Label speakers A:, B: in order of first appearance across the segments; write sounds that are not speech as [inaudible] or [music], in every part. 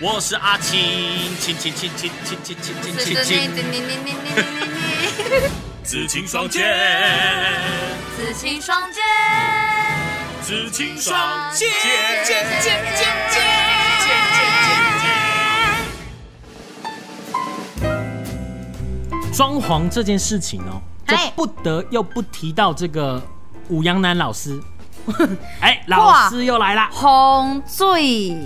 A: 我是阿青，青青青青青青青青青青，紫青双剑，
B: 紫青双剑，
A: 紫青
B: 双
A: 双
B: 剑
A: 剑，
B: 剑剑剑剑剑
C: 装潢这件事情哦，就
B: 哎
C: 不得又不提到这个武阳南老 [laughs] 师。哎，老师又来啦！
B: 红醉。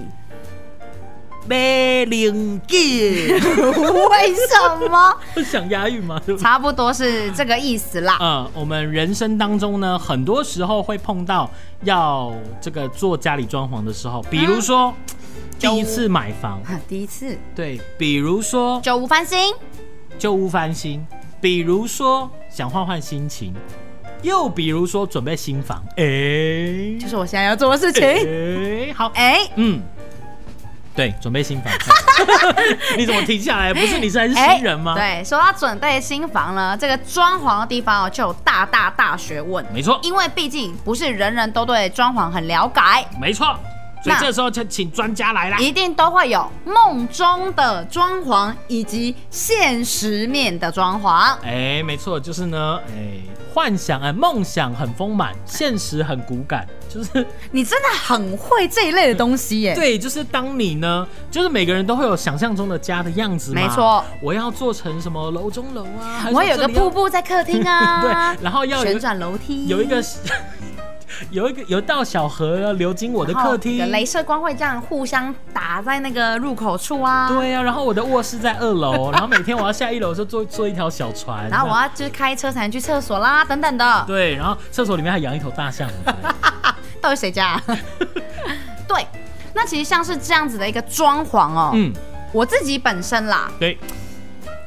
C: 梅灵记，
B: 为什么？
C: 不 [laughs] 想押韵吗？
B: [laughs] 差不多是这个意思啦。
C: 嗯，我们人生当中呢，很多时候会碰到要这个做家里装潢的时候，比如说、第一次买房，
B: 第一次
C: 对，比如说
B: 久无翻新，
C: 旧屋翻新，比如说想换换心情，又比如说准备新房，哎、
B: 就是我现在要做的事情。
C: 哎、好，
B: 哎
C: 嗯，对，准备
B: [laughs]
C: 新房。你怎么停下来？不是你现在是
B: 哎
C: 新人吗？，
B: 对，说到准备新房呢，这个装潢的地方哦，就有大大大学问。
C: 没错，
B: 因为毕竟不是人人都对装潢很了解，
C: 没错。所以
B: 那
C: 这时候就请专家来啦。
B: 一定都会有梦中的装潢以及现实面的装潢。
C: 哎，没错，就是呢，哎，幻想哎，梦想很丰满，现实很骨感，就是
B: 你真的很会这一类的东西耶。
C: 对，就是当你呢，就是每个人都会有想象中的家的样子嘛。
B: 没错，
C: 我要做成什么楼中楼啊，还是
B: 我有个
C: 这里要
B: 瀑布在客厅
C: [laughs]
B: 啊，
C: 对，然后要有
B: 旋转楼梯，
C: 有一个 [laughs] 有一个有一道小河流经我的客厅，
B: 然后哦镭射光会这样互相打在那个入口处啊。。
C: 对呀、然后我的卧室在二
B: [laughs]
C: 楼，然后每天我要下一楼的时候坐坐一条小船，
B: 然后我
C: 这样
B: 要就是开车才能去厕所啦，等等的。
C: 对，然后厕所里面还养一头大象，我觉
B: [laughs]
C: 得
B: 到底谁家、
C: [laughs]
B: 啊？对，那其实像是这样子的一个装潢哦。
C: 嗯，
B: 我自己本身啦，
C: 对，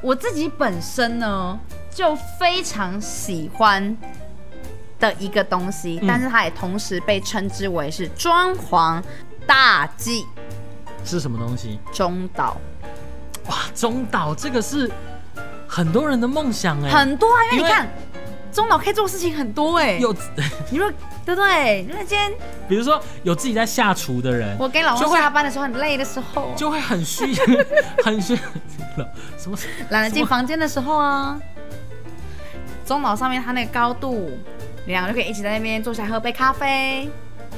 B: 我自己本身呢就非常喜欢的一个东西，
C: 嗯
B: 但是它也同时被称之为是装潢大忌
C: 是什么东西？
B: 中岛。
C: 哇，中岛这个是很多人的梦想哎、
B: 很多啊，因为
C: 因
B: 你
C: 为
B: 看中岛可以做的事情很多哎、
C: 有， [laughs]
B: 你说对不对？那今天
C: 比如说有自己在下厨的人，
B: 我跟老
C: 就
B: 公
C: 会
B: 下班的时候很累的时候，
C: 就会很需 [laughs] 很需什么
B: 懒得进
C: 什么
B: 房间的时候啊，中岛上面它那个高度，你俩就可以一起在那边坐下来喝杯咖啡，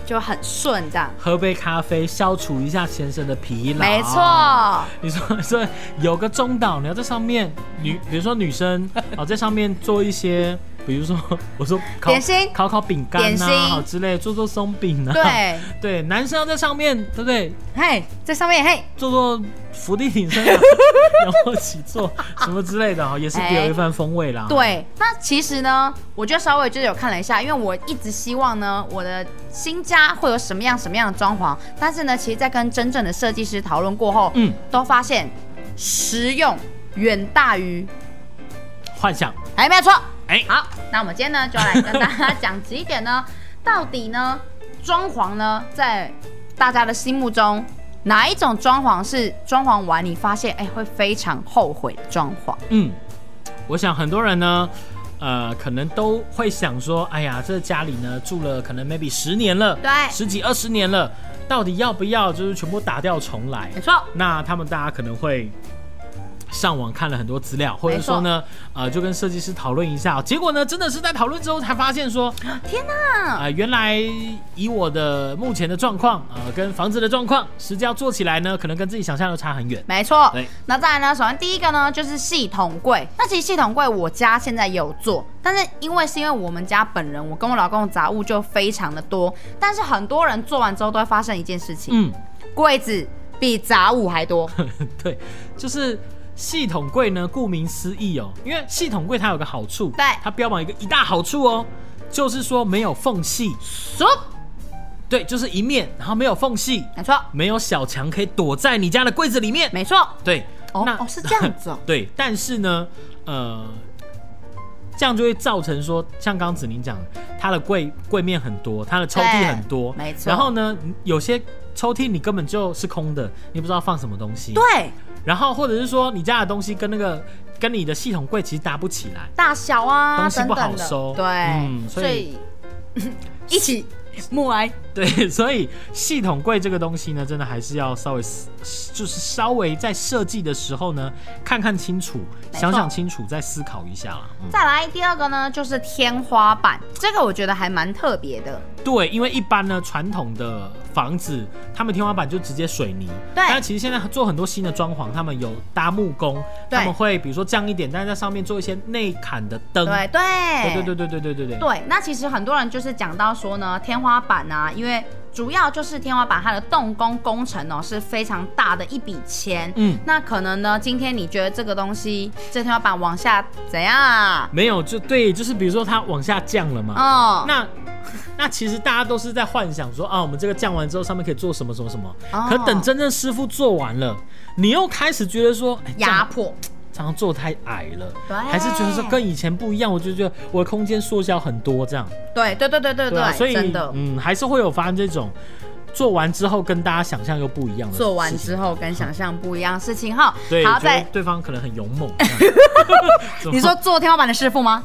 B: 就很顺这样。
C: 喝杯咖啡消除一下先生的疲劳，
B: 没错，
C: 你说说有个中岛，你要在上面女，比如说女生啊，在上面做一些，比如说我说烤
B: 点心
C: 烤烤饼干
B: 点心
C: 啊，好之类，做做松饼啊，
B: 对，
C: [laughs] 对，男生要在上面，对不对？
B: 嘿，在上面嘿，
C: 做做伏地
B: [laughs]
C: 挺身啊，仰卧起坐什么之类的哦哈，也是别有一番风味啦。，
B: 哎对。那其实呢，我就稍微就是有看了一下，因为我一直希望呢，我的新家会有什么样什么样的装潢，但是呢，其实在跟真正的设计师讨论过后，
C: 嗯，
B: 都发现实用远大于，
C: 幻想，
B: 哎，没有错。
C: 哎
B: 好，那我们今天呢，就要来跟大家讲几点呢，到底呢，装潢呢，在大家的心目中。哪一种装潢是装潢完你发现哎、会非常后悔的装潢？
C: 嗯，我想很多人呢。呃，可能都会想说，哎呀，这家里呢住了可能 maybe 十年了，
B: 对
C: 十几二十年了，到底要不要就是全部打掉重来？
B: 没错，
C: 那他们大家可能会上网看了很多资料，或者
B: 没错
C: 说呢，呃，就跟设计师讨论一下、结果呢，真的是在讨论之后才发现说，
B: 天哪！
C: 啊、原来以我的目前的状况，呃，跟房子的状况，实际要做起来呢，可能跟自己想象的差很远。
B: 没错
C: 对。
B: 那再来呢？首先第一个呢，就是系统柜。那其实系统柜我家现在也有做，但是因为是因为我们家本人，我跟我老公的杂物就非常的多。但是很多人做完之后都会发生一件事情，
C: 嗯，
B: 柜子比杂物还多。
C: [laughs] 对，就是。系统柜呢，顾名思义哦，因为系统柜它有个好处，
B: 对
C: 它标榜一个一大好处哦，就是说没有缝隙，
B: 说，
C: 对，就是一面，然后没有缝隙，
B: 没错，
C: 没有小强可以躲在你家的柜子里面。
B: 没错。
C: 对，
B: 哦
C: 那。
B: 哦，是这样子哦
C: [laughs] 对，但是呢，呃，这样就会造成说，像刚刚子宁讲的，它的柜柜面很多，它的抽屉
B: 对
C: 很多，
B: 没错
C: 然后呢，有些抽屉你根本就是空的，你不知道放什么东西。。
B: 对，
C: 然后或者是说，你家的东西跟那个跟你的系统柜其实搭不起来。
B: 大小啊，
C: 东西
B: 等
C: 不
B: 等
C: 好
B: 的
C: 收
B: 对，
C: [laughs] 嗯所
B: 所以一起默哀。
C: 对， [laughs] 所以系统柜这个东西呢，真的还是要稍微思，就是稍微在设计的时候呢，看看清楚，
B: 错
C: 想想清楚，再思考一下啦。嗯，
B: 再来第二个呢，就是天花板，这个我觉得还蛮特别的。
C: 对，因为一般呢，传统的房子他们天花板就直接水泥，
B: 对
C: 但其实现在做很多新的装潢，他们有搭木工，
B: 对
C: 他们会比如说降一点，但是在上面做一些内砍的灯。
B: 对对
C: 对对对对对对对对。
B: 对，那其实很多人就是讲到说呢，天花板啊，因为主要就是天花板它的动工工程哦是非常大的一笔钱。
C: 嗯，
B: 那可能呢，今天你觉得这个东西，这天花板往下怎样啊？
C: 没有，就对，就是比如说它往下降了嘛，
B: 哦，
C: 那 [laughs] 那其实大家都是在幻想说啊，我们这个降完之后上面可以做什么什么什么。
B: 哦
C: 可等真正师傅做完了，你又开始觉得说，哎、这
B: 压
C: 样
B: 迫，
C: 这样做太矮了，
B: 对
C: 还是觉得说跟以前不一样，我就觉得我的空间缩小很多这样。
B: 对对对对对
C: 嗯啊，所以
B: 真的。
C: 嗯，还是会有发生这种做完之后跟大家想象又不一样的
B: 做完
C: 事情
B: 之。后跟想象不一样事情哈，
C: 对，
B: 好
C: 觉得嗯
B: 再
C: 对方可能很勇猛。这样
B: [laughs]
C: 怎么
B: 你说做天花板的师傅吗？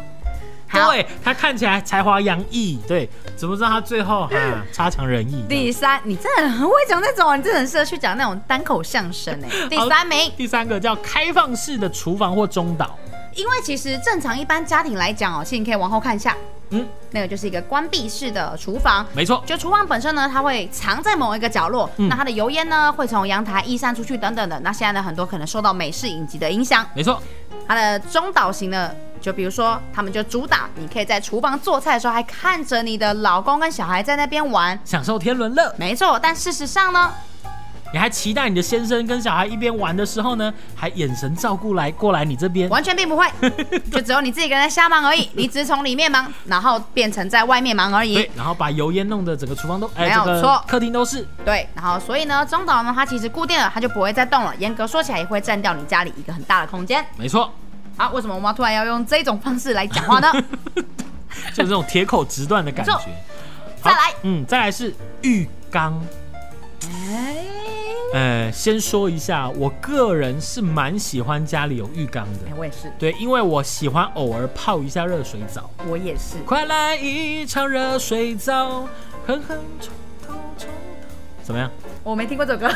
C: [laughs]
B: 好，
C: 对他看起来才华洋溢，对，怎么知道他最
B: [laughs]
C: 后哈、差强人意？
B: 第三，你真的很会讲那种，你真的很适合去讲那种单口相声
C: [laughs]
B: 哎。第三名，
C: 第三个叫开放式的厨房或中岛，
B: 因为其实正常一般家庭来讲哦，其实你可以往后看一下，
C: 嗯，
B: 那个就是一个关闭式的厨房。
C: 没错，
B: 就厨房本身呢，它会藏在某一个角落，
C: 嗯
B: 那它的油烟呢会从阳台溢散出去等等的。那现在呢，很多可能受到美式影集的影响，
C: 没错，
B: 它的中岛型的，就比如说他们就主打你可以在厨房做菜的时候还看着你的老公跟小孩在那边玩，
C: 享受天伦乐。
B: 没错。但事实
C: [laughs]
B: 上呢，
C: 你还期待你的先生跟小孩一边玩的时候呢，还眼神照顾来过来你这边。
B: 完全并不会，就只有你自己一个人在瞎忙而已。你只是从里面忙，然后变成在外面忙而已。
C: 对，然后把油烟弄得整个厨房都，哎、
B: 没有
C: 这个
B: 错
C: 客厅都是。
B: 对，然后所以呢，中岛呢，它其实固定了，它就不会再动了。严格说起来，也会占掉你家里一个很大的空间。
C: 没
B: [laughs]
C: 错，
B: 好，为什么我们突然要用这种方式来讲话呢？
C: 就是这种铁口直断的感觉
B: 没错。再来
C: 好，嗯，再来是浴缸。
B: [laughs] 哎，
C: 呃，先说一下，我个人是蛮喜欢家里有浴缸的
B: 哎，我也是，
C: 对，因为我喜欢偶尔泡一下热水澡。
B: 我也是。
C: 快来一场热水澡，狠狠冲头冲头。怎么样？
B: 我没听过这首歌，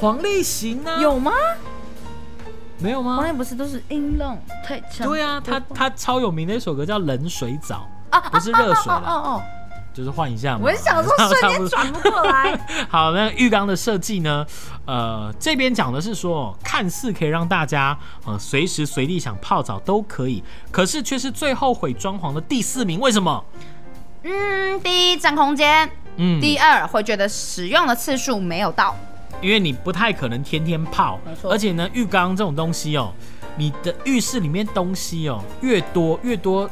C: 黄立行啊？
B: [laughs] 有吗？
C: 没有
B: 好
C: 吗？
B: 哦像不是都是音浪太长。
C: 对啊，他他超有名的一首歌叫《冷水澡
B: 啊，
C: 不是热水
B: 哦哦
C: 啦
B: 哦哦，
C: 就是换一下嘛。
B: 我是想说瞬
C: [laughs] 差不
B: 间
C: 多
B: 转
C: [laughs]
B: 不过来。
C: 好，那浴缸的设计呢？呃，这边讲的是说，看似可以让大家呃随时随地想泡澡都可以，可是却是最后悔装潢的第四名。为什么？
B: 嗯，第一占空间，
C: 嗯，
B: 第二会觉得使用的次数没有到。
C: 因为你不太可能天天泡
B: 没，错
C: 而且呢，浴缸这种东西哦，你的浴室里面东西哦越多越多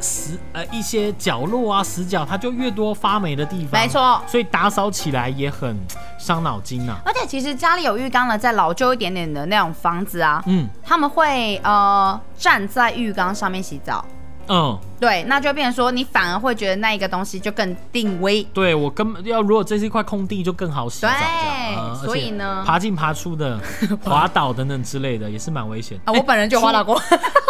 C: 死呃一些角落啊死角，它就越多发霉的地方，
B: 没错
C: 所以打扫起来也很伤脑筋啊呐、
B: 而且其实家里有浴缸的，在老旧一点点的那种房子啊，
C: 嗯
B: 他们会呃站在浴缸上面洗澡。
C: 嗯，
B: 对，那就变成说你反而会觉得那一个东西就更定位。
C: 对我根本要如果这是一块空地就更好洗澡，
B: 对
C: 这样呃
B: 所以呢
C: 而且爬进爬出
B: [laughs]
C: 的、滑倒等等之类的也是蛮危险
B: 啊，我本人就滑
C: [laughs]
B: 倒过。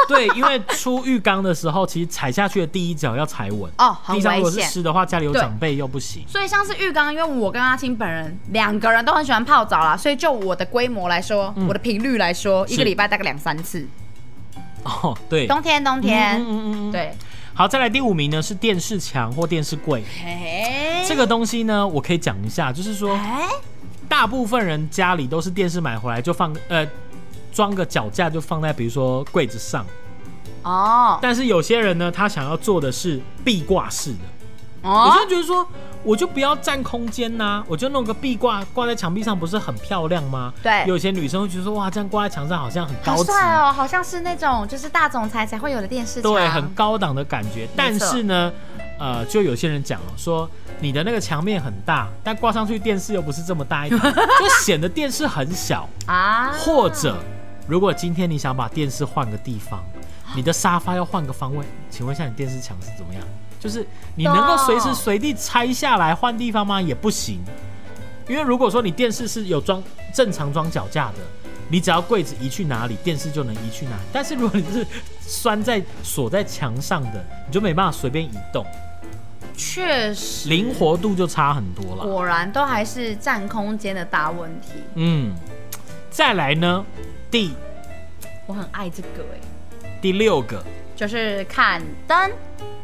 C: 对，因为出浴缸的时候，其实踩下去的第一脚要踩稳
B: 哦很
C: 地上如果是
B: 危险
C: 湿的话，家里有
B: 对
C: 长辈又不行。
B: 所以像是浴缸，因为我跟阿青本人两个人都很喜欢泡澡啦，所以就我的规模来说，
C: 嗯
B: 我的频率来说，一个礼拜大概两三次，
C: 哦，对，
B: 冬天冬天。
C: 嗯嗯嗯嗯
B: 对，
C: 好，再来第五名呢是电视墙或电视柜。
B: 哎嘿
C: 这个东西呢，我可以讲一下，就是说，
B: 哎，
C: 大部分人家里都是电视买回来就放，呃，装个脚架就放在比如说柜子上。
B: 哦
C: 但是有些人呢，他想要做的是壁挂式的，我
B: 哦，
C: 就觉得说，我就不要占空间呐、我就弄个壁挂挂在墙壁上，不是很漂亮吗？
B: 对
C: 有些女生会觉得说，哇，这样挂在墙上好像很高
B: 哎好
C: 级，
B: 帅哦，好像是那种就是大总裁才会有的电视墙。
C: 对，很高档的感觉。但是呢，呃，就有些人讲了，说你的那个墙面很大，但挂上去电视又不是这么大
B: [laughs]
C: 一台，就显得电视很小。
B: 啊，
C: 或者，如果今天你想把电视换个地方，你的沙发要换个方位，请问一下你电视墙是怎么样？就是你能够
B: 懂
C: 随时随地拆下来换地方吗？也不行，因为如果说你电视是有装正常装脚架的，你只要柜子移去哪里，电视就能移去哪里。但是如果你是拴在锁在墙上的，你就没办法随便移动。
B: 确实，
C: 灵活度就差很多了。
B: 果然都还是占空间的大问题。
C: 嗯，再来呢，第
B: 我很爱这个哎、
C: 第六个，
B: 就是砍灯。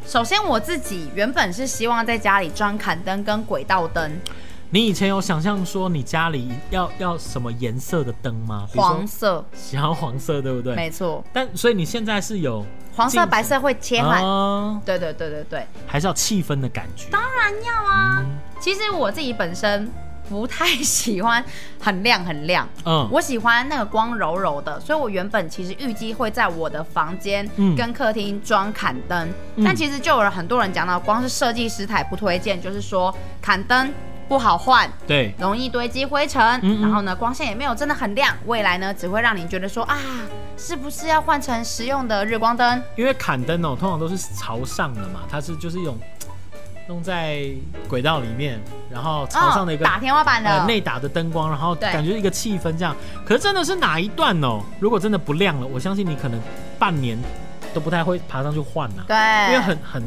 B: 首先我自己原本是希望在家里装砍灯跟轨道灯，
C: 你以前有想象说你家里要要什么颜色的灯吗？比如说
B: 黄色，
C: 想要黄色，对不对？
B: 没错，
C: 但所以你现在是有
B: 黄
C: 镜
B: 色
C: 子
B: 白色会切换。
C: 啊，
B: 对对对对对，
C: 还是要气氛的感觉。
B: 当然要啊。其实我自己本身不太喜欢很亮很亮，
C: 嗯，
B: 我喜欢那个光柔柔的，所以我原本其实预计会在我的房间
C: 嗯
B: 跟客厅装砍灯，
C: 嗯
B: 但其实就有很多人讲到，光是设计师台不推荐，就是说砍灯不好换，
C: 对，
B: 容易堆积灰尘，
C: 嗯嗯
B: 然后呢光线也没有真的很亮，未来呢只会让你觉得说啊，是不是要换成实用的日光灯？
C: 因为砍灯哦，通常都是朝上的嘛，它是就是一种弄在轨道里面，然后朝上的一
B: 嗯
C: 个、
B: 打天花板的
C: 呃，内打的灯光，然后
B: 对
C: 感觉一个气氛这样。可是真的是哪一段哦？如果真的不亮了，我相信你可能半年都不太会爬上去换啊呐、
B: 对，
C: 因为很很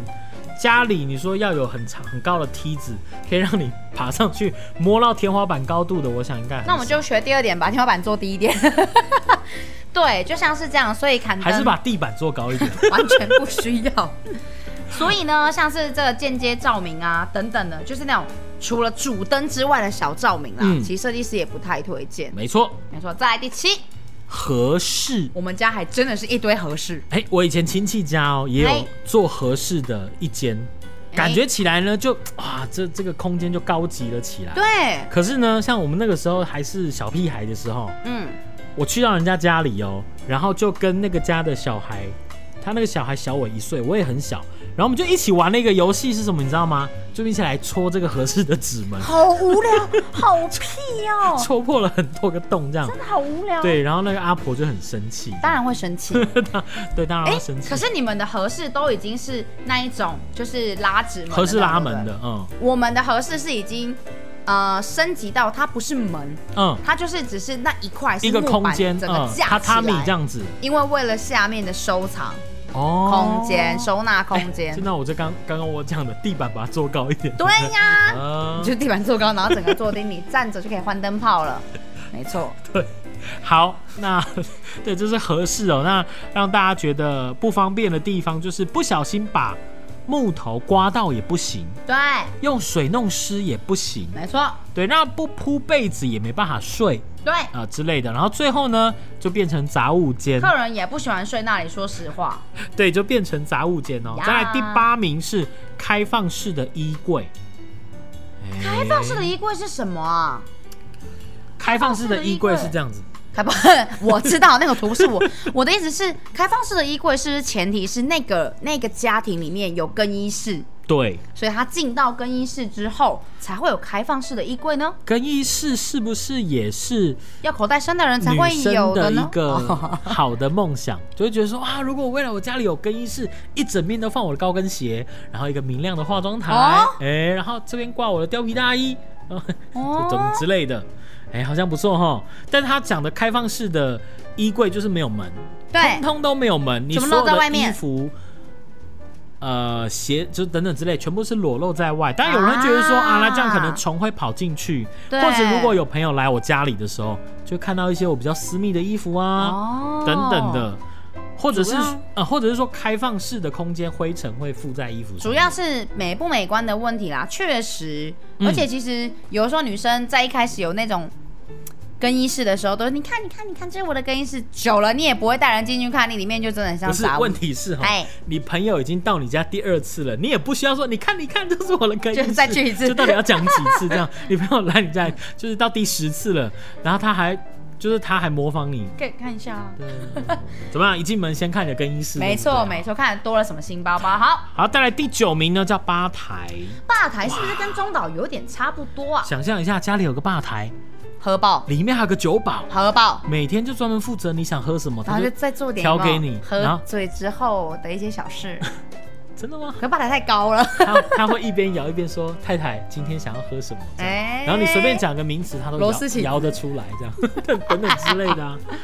C: 家里你说要有很长很高的梯子，可以让你爬上去摸到天花板高度的，我想应该很
B: 那我们
C: 少
B: 就学第二点吧，天花板做低一点。 [laughs] 对，就像是这样，所以砍灯
C: 还是把地板做高一点。
B: [laughs] 完全不需要。所以呢，像是这个间接照明啊等等的，就是那种除了主灯之外的小照明啦，
C: 嗯
B: 其实设计师也不太推荐。
C: 没错，
B: 没错，再来第七，
C: 合适。
B: 我们家还真的是一堆合适，
C: 哎、我以前亲戚家哦，也有
B: 哎
C: 做合适的一间，
B: 哎
C: 感觉起来呢，就哇，这这个空间就高级了起来。
B: 对，
C: 可是呢，像我们那个时候还是小屁孩的时候，
B: 嗯，
C: 我去到人家家里哦，然后就跟那个家的小孩，他那个小孩小我一岁，我也很小，然后我们就一起玩了一个游戏，是什么你知道吗？就一起来戳这个合适的纸
B: [laughs]
C: 门，
B: 好无聊，好屁哦，
C: 戳破了很多个洞，这样
B: 真。的好无聊。，
C: 对，然后那个阿婆就很生气，
B: 当然会
C: [laughs]
B: 生气。
C: 对，当然
B: 哎
C: 要生气。
B: 可是你们的合适都已经是那一种，就是拉直门的那种，
C: 合适拉
B: 对
C: 门
B: 不对
C: 的，嗯
B: 我们的合适是已经呃升级到它不是门，
C: 嗯，
B: 它就是只是那一块是
C: 一个
B: 木
C: 空
B: 板
C: 间，
B: 整
C: 嗯
B: 个，架
C: 榻
B: 起来
C: 榻米这，样子，
B: 因为为了下面的收藏
C: 哦，
B: 空间、收纳空间，
C: [laughs] 就那我就刚刚刚我讲的地板把它做高一点，
B: 对呀、
C: 啊
B: 你就地板坐高，然后整个坐定，你站着就可以换灯
C: [laughs]
B: 泡了，没错，
C: 好，那 [laughs] 对，这是合适哦。那让大家觉得不方便的地方，就是不小心把木头刮到也不行，
B: 对，
C: 用水弄湿也不行，
B: 没错，
C: 对，那不铺被子也没办法睡
B: 对。
C: 啊、之类的。然后最后呢，就变成杂物间，
B: 客人也不喜欢睡那里，说实话，
C: 对，就变成杂物间哦。
B: 呀
C: 再来第八名是开放式的衣柜，
B: 开放式的衣柜是什么啊？
C: 开放式的衣柜
B: 开放
C: 是
B: 式的衣柜
C: 这样子，
B: 开放， [laughs] 我知道那个图是我 [laughs] 我的意思是，开放式的衣柜是不是前提是那个那个家庭里面有更衣室，
C: 对。
B: 所以他进到更衣室之后才会有开放式的衣柜呢？
C: 更衣室是不是也是
B: 要口袋深的人才
C: 女
B: 会
C: 生
B: 有
C: 的一
B: 呢？ [laughs]
C: 个好的梦想， [laughs] 就会觉得说啊，如果我未来我家里有更衣室，一整面都放我的高跟鞋，然后一个明亮的化妆台，哎、
B: 哦
C: 然后这边挂我的貂皮大衣， [laughs] 然后
B: 哦
C: 这种之类的，哎、好像不错哈。但是他讲的开放式的衣柜就是没有门，
B: 对
C: 通，通都没有门，你
B: 全
C: 所
B: 部
C: 有
B: 露在外
C: 的
B: 面
C: 衣服。呃，鞋就等等之类，全部是裸露在外。但有人会觉得说啊
B: 啊
C: 那这样可能虫会跑进去，
B: 对
C: 或者如果有朋友来我家里的时候，就看到一些我比较私密的衣服啊、
B: 哦
C: 等等。的，或者是
B: 主要
C: 呃，或者是说开放式的空间，灰尘会附在衣服上。
B: 主要是美不美观的问题啦，确实，
C: 嗯
B: 而且其实有的时候女生在一开始有那种更衣室的时候，都是你看，你看，你看，这是我的更衣室。久了你也不会带人进去看，你里面就真的很像
C: 不是
B: 杂物
C: 问。题哦是哈
B: 哎，
C: 你朋友已经到你家第二次了，你也不需要说，你看你看，这是我的更衣室，
B: 就再去一次
C: 就到底要讲几次这
B: [laughs]
C: 样？你朋友来你家，就是到第十次了，然后他还就是他还模仿
B: [laughs]
C: 你，
B: 可以看一下啊。
C: 对，怎么样？一进门先看你的更衣室，
B: 没
C: 对
B: 错，
C: 不对
B: 没。错，看多了什么新包包。好，
C: 好，带来第九名呢，叫吧台。
B: 吧台是不是跟中岛有点差不多啊？
C: 想象一下，家里有个吧台，
B: 核爆，
C: 里面还有个酒保，
B: 核爆。
C: 每天就专门负责你想喝什么，他
B: 然后
C: 就
B: 啊就再做点
C: 挑
B: 有没有
C: 给你然
B: 喝
C: 后
B: 醉之后的一些小事，
C: 真的吗？
B: 可吧台太
C: [laughs]
B: 高了，
C: 他他会一边摇一边说：“太太，今天想要喝什么？”这样
B: 哎，
C: 然后你随便，讲个名词，他都
B: 螺
C: 摇
B: 丝起
C: [laughs]
B: 子
C: 摇得出来，这样等等之类的啊。
B: 那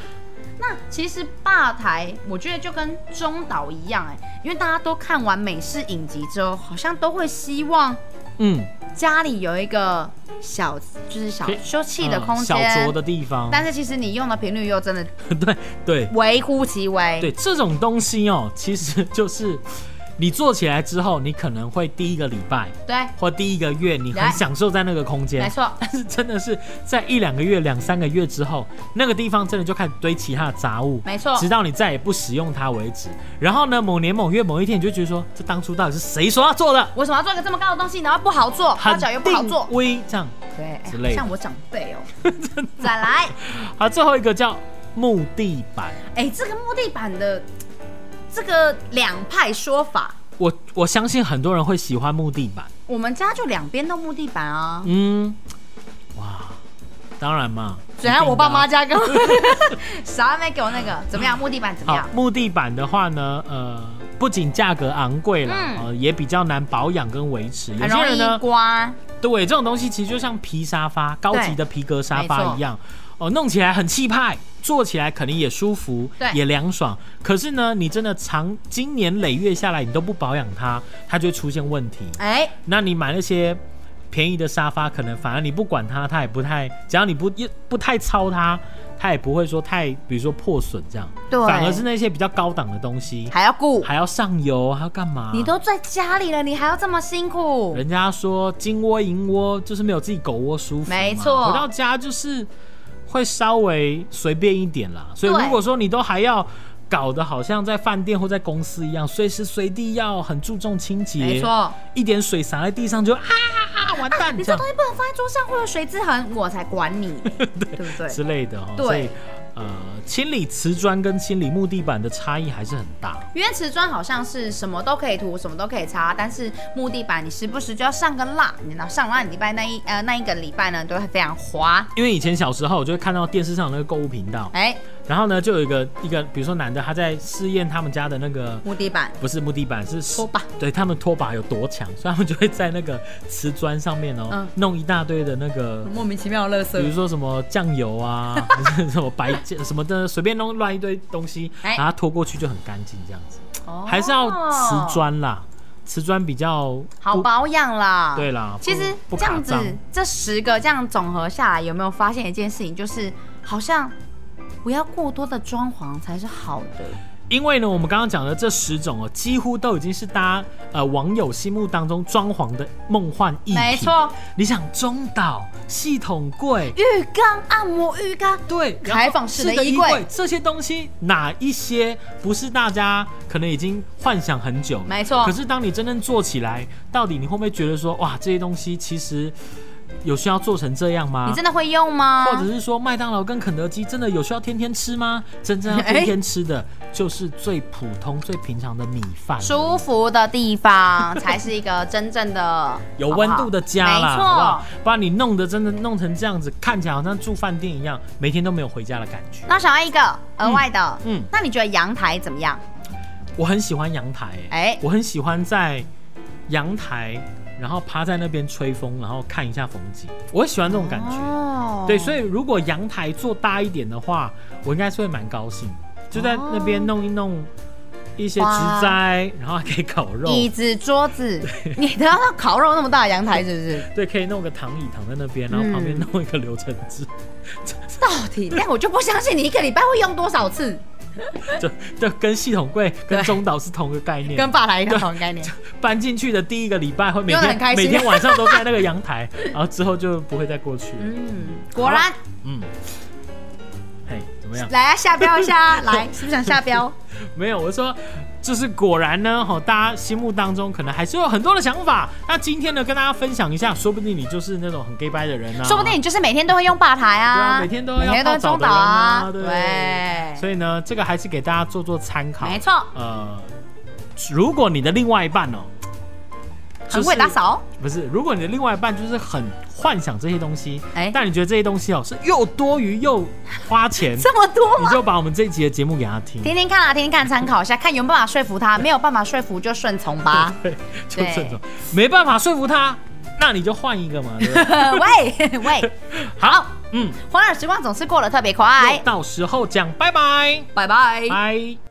B: 那其实吧台，我觉得就跟中岛一样、哎，因为大家都看完美式影集之后，好像都会希望
C: 嗯，
B: 家里有一个小，就是小
C: 可以
B: 休憩的
C: 嗯
B: 空
C: 小
B: 间、
C: 酌的地方，
B: 但是其实你用的频率又真的
C: [laughs] 对对
B: 微乎其微。
C: 对，这种东西哦，其实就是你做起来之后，你可能会第一个礼拜
B: 对，
C: 或第一个月，你很
B: 来
C: 享受在那个空间
B: 没，错，
C: 但是真的是在一两个月、两三个月之后，那个地方真的就开始堆其他的杂物，
B: 没错
C: 直到你再也不使用它为止。然后呢，某年某月某一天，你就觉得说，这当初到底是谁说要做的？
B: 为什么要做一个这么高的东西，然后不好做，花
C: 很
B: 脚又不好做
C: 定？位这样。
B: 对，哎
C: 之类的
B: 像我长
C: [laughs]
B: 辈哦、再来，
C: 好，最后一个叫木地板。
B: 哎、这个木地板的这个两派说法，
C: 我我相信很多人会喜欢木地板，
B: 我们家就两边都木地板啊。
C: 嗯，哇，当然嘛，
B: 怎
C: 一
B: 样？
C: 定的啊
B: 我爸妈家跟我啥没给我那个？怎么
C: [laughs]
B: 样？木地板怎么
C: 啊好
B: 样？，
C: 木地板的话呢，呃，不仅价格昂贵啦，
B: 嗯
C: 呃，也比较难保养跟维持。有
B: 很
C: 些
B: 容
C: 人呢
B: 易，刮，
C: 对这种东西其实就像皮沙发，高级的皮革沙
B: 没
C: 发
B: 错
C: 一样，哦、弄起来很气派，坐起来肯定也舒服，
B: 对
C: 也凉爽。可是呢，你真的长经年累月下来，你都不保养它，它就会出现问题。
B: 哎、
C: 那你买那些便宜的沙发，可能反而你不管它，它也不太，只要你不一不太操它，它也不会说太，比如说破损这样。
B: 对
C: 反而是那些比较高档的东西，
B: 还要顾。
C: 还要上油，还要干嘛？
B: 你都在家里了，你还要这么辛苦？
C: 人家说金窝银窝就是没有自己狗窝舒服嘛，
B: 没错
C: 回到家就是会稍微随便一点啦。所以
B: 对
C: 如果说你都还要。搞得好像在饭店或在公司一样，随时随地要很注重清洁，
B: 没错，
C: 一点水洒在地上就啊，完蛋，
B: [laughs] 你
C: 这
B: 这
C: 样
B: 东西不能放在桌上，会有水渍痕，我才管
C: [laughs]
B: 你，对不对？
C: 之类的哈、哦。
B: 对
C: 所以呃，清理瓷砖跟清理木地板的差异还是很大。
B: 因为瓷砖好像是什么都可以涂，什么都可以擦，但是木地板你时不时就要上个蜡，你那上蜡礼拜那一呃那一个礼拜呢，都会非常滑。
C: 因为以前小时候，我就会看到电视上那个购物频道，
B: 哎，
C: 然后呢，就有一个一个，比如说男的他在试验他们家的那个
B: 木地板
C: 不是木地板，是
B: 拖把，
C: 对他们拖把有多强，所以他们就会在那个瓷砖上面哦，
B: 嗯
C: 弄一大堆的那个。
B: 莫名其妙的垃
C: 比如
B: 圾，
C: 说什么酱油
B: [laughs]
C: 啊，还是什么白酱什么的，随便弄乱一堆东西，
B: 哎
C: 把它拖过去就很干净这样子。
B: 哦
C: 还是要瓷砖啦，瓷砖比较
B: 好
C: 不，
B: 保养啦。
C: 对啦，
B: 啊其实
C: 不不
B: 这
C: 卡
B: 样子
C: 脏，
B: 这十个这样总合下来，有没有发现一件事情，就是好像不要过多的装潢才是好的。
C: 因为呢，我们刚刚讲的这十种哦，几乎都已经是大家呃网友心目当中装潢的梦幻一品。
B: 没错，
C: 你想中岛系统柜。
B: 浴缸、按摩浴缸，
C: 对，然后
B: 开放式的
C: 是的
B: 衣
C: 衣
B: 柜
C: 这些东西哪一些不是大家可能已经幻想很久了？
B: 没错
C: 可是当你真正做起来，到底你会不会觉得说，哇，这些东西其实有需要做成这样吗？
B: 你真的会用
C: 啊
B: 吗？
C: 或者是说麦当劳跟肯德基真的有需要天天吃吗？真正要天天吃的
B: 哎
C: 就是最普通、最平常的米饭，
B: 舒服的地方才是一个真正的
C: [laughs] 有温度的家啦，
B: 好
C: 好不
B: 不好
C: 好
B: 没错。？
C: 不然你弄得真的弄成这样子，看起来好像住饭店一样，每天都没有回家的感觉。
B: 那想要一个额外的，
C: 嗯
B: 嗯，
C: 嗯
B: 那你觉得阳台怎么样？
C: 我很喜欢阳台、欸，
B: 哎
C: 我很喜欢在阳台，然后趴在那边吹风，然后看一下风景，我很喜欢这种感觉。
B: 哦
C: 对，所以如果阳台做大一点的话，我应该是会蛮高兴，就在那边弄一弄一些植栽，
B: 哦
C: 然后还可以烤肉，
B: 椅子、桌子，你都要到烤肉那么大的阳台，是不是？
C: 对，可以弄个躺椅躺在那边，然后
B: 嗯
C: 旁边弄一个流程枝，
B: 到底？但我就不相信你一个礼拜会用多少次，
C: [laughs] 就就跟系统柜跟
B: 对
C: 中岛是同个概念。
B: 跟爸来一个同概念。
C: 搬进去的第一个礼拜会每
B: 用得很
C: 天
B: 开心
C: 每天晚上都在那个阳台， [laughs] 然后之后就不会再过去了。
B: 嗯，果然，
C: 嗯，嘿，怎么样？
B: 来啊，下标一下
C: [laughs]
B: 啊，来，是不是想下标？
C: 没有，我说就是果然呢，哈，大家心目当中可能还是有很多的想法。那今天呢，跟大家分享一下，说不定你就是那种很 gay 掰的人呢、啊，
B: 嗯说不定你就是每天都会用吧台
C: 对啊，
B: 啊，
C: 每天都
B: 每
C: 要
B: 天都
C: 泡
B: 会
C: 澡
B: 中
C: 的
B: 岛
C: 人
B: 啊，
C: 对。所以呢，这个还是给大家做做参考。
B: 没错，
C: 呃，如果你的另外一半哦，
B: 很会打。扫。哦
C: 不是，如果你的另外一半就是很幻想这些东西，
B: 哎，
C: 但你觉得这些东西哦是又多余又花钱
B: 这么多
C: 你
B: 吗？
C: 就把我们这一集的节目给他听。。
B: 听听看啊，听听看，参考一下，看有没有办法说服他。没有办法说服就顺从吧
C: 对， [laughs] 就
B: 对
C: 这种，
B: [laughs]
C: 没办法说服他，那你就换一个嘛。对不对
B: 喂喂，
C: 好，
B: 嗯，
C: 环岛时光总是过得特别快， [laughs]
B: 到时候讲，拜拜，
C: 拜拜。
B: 拜。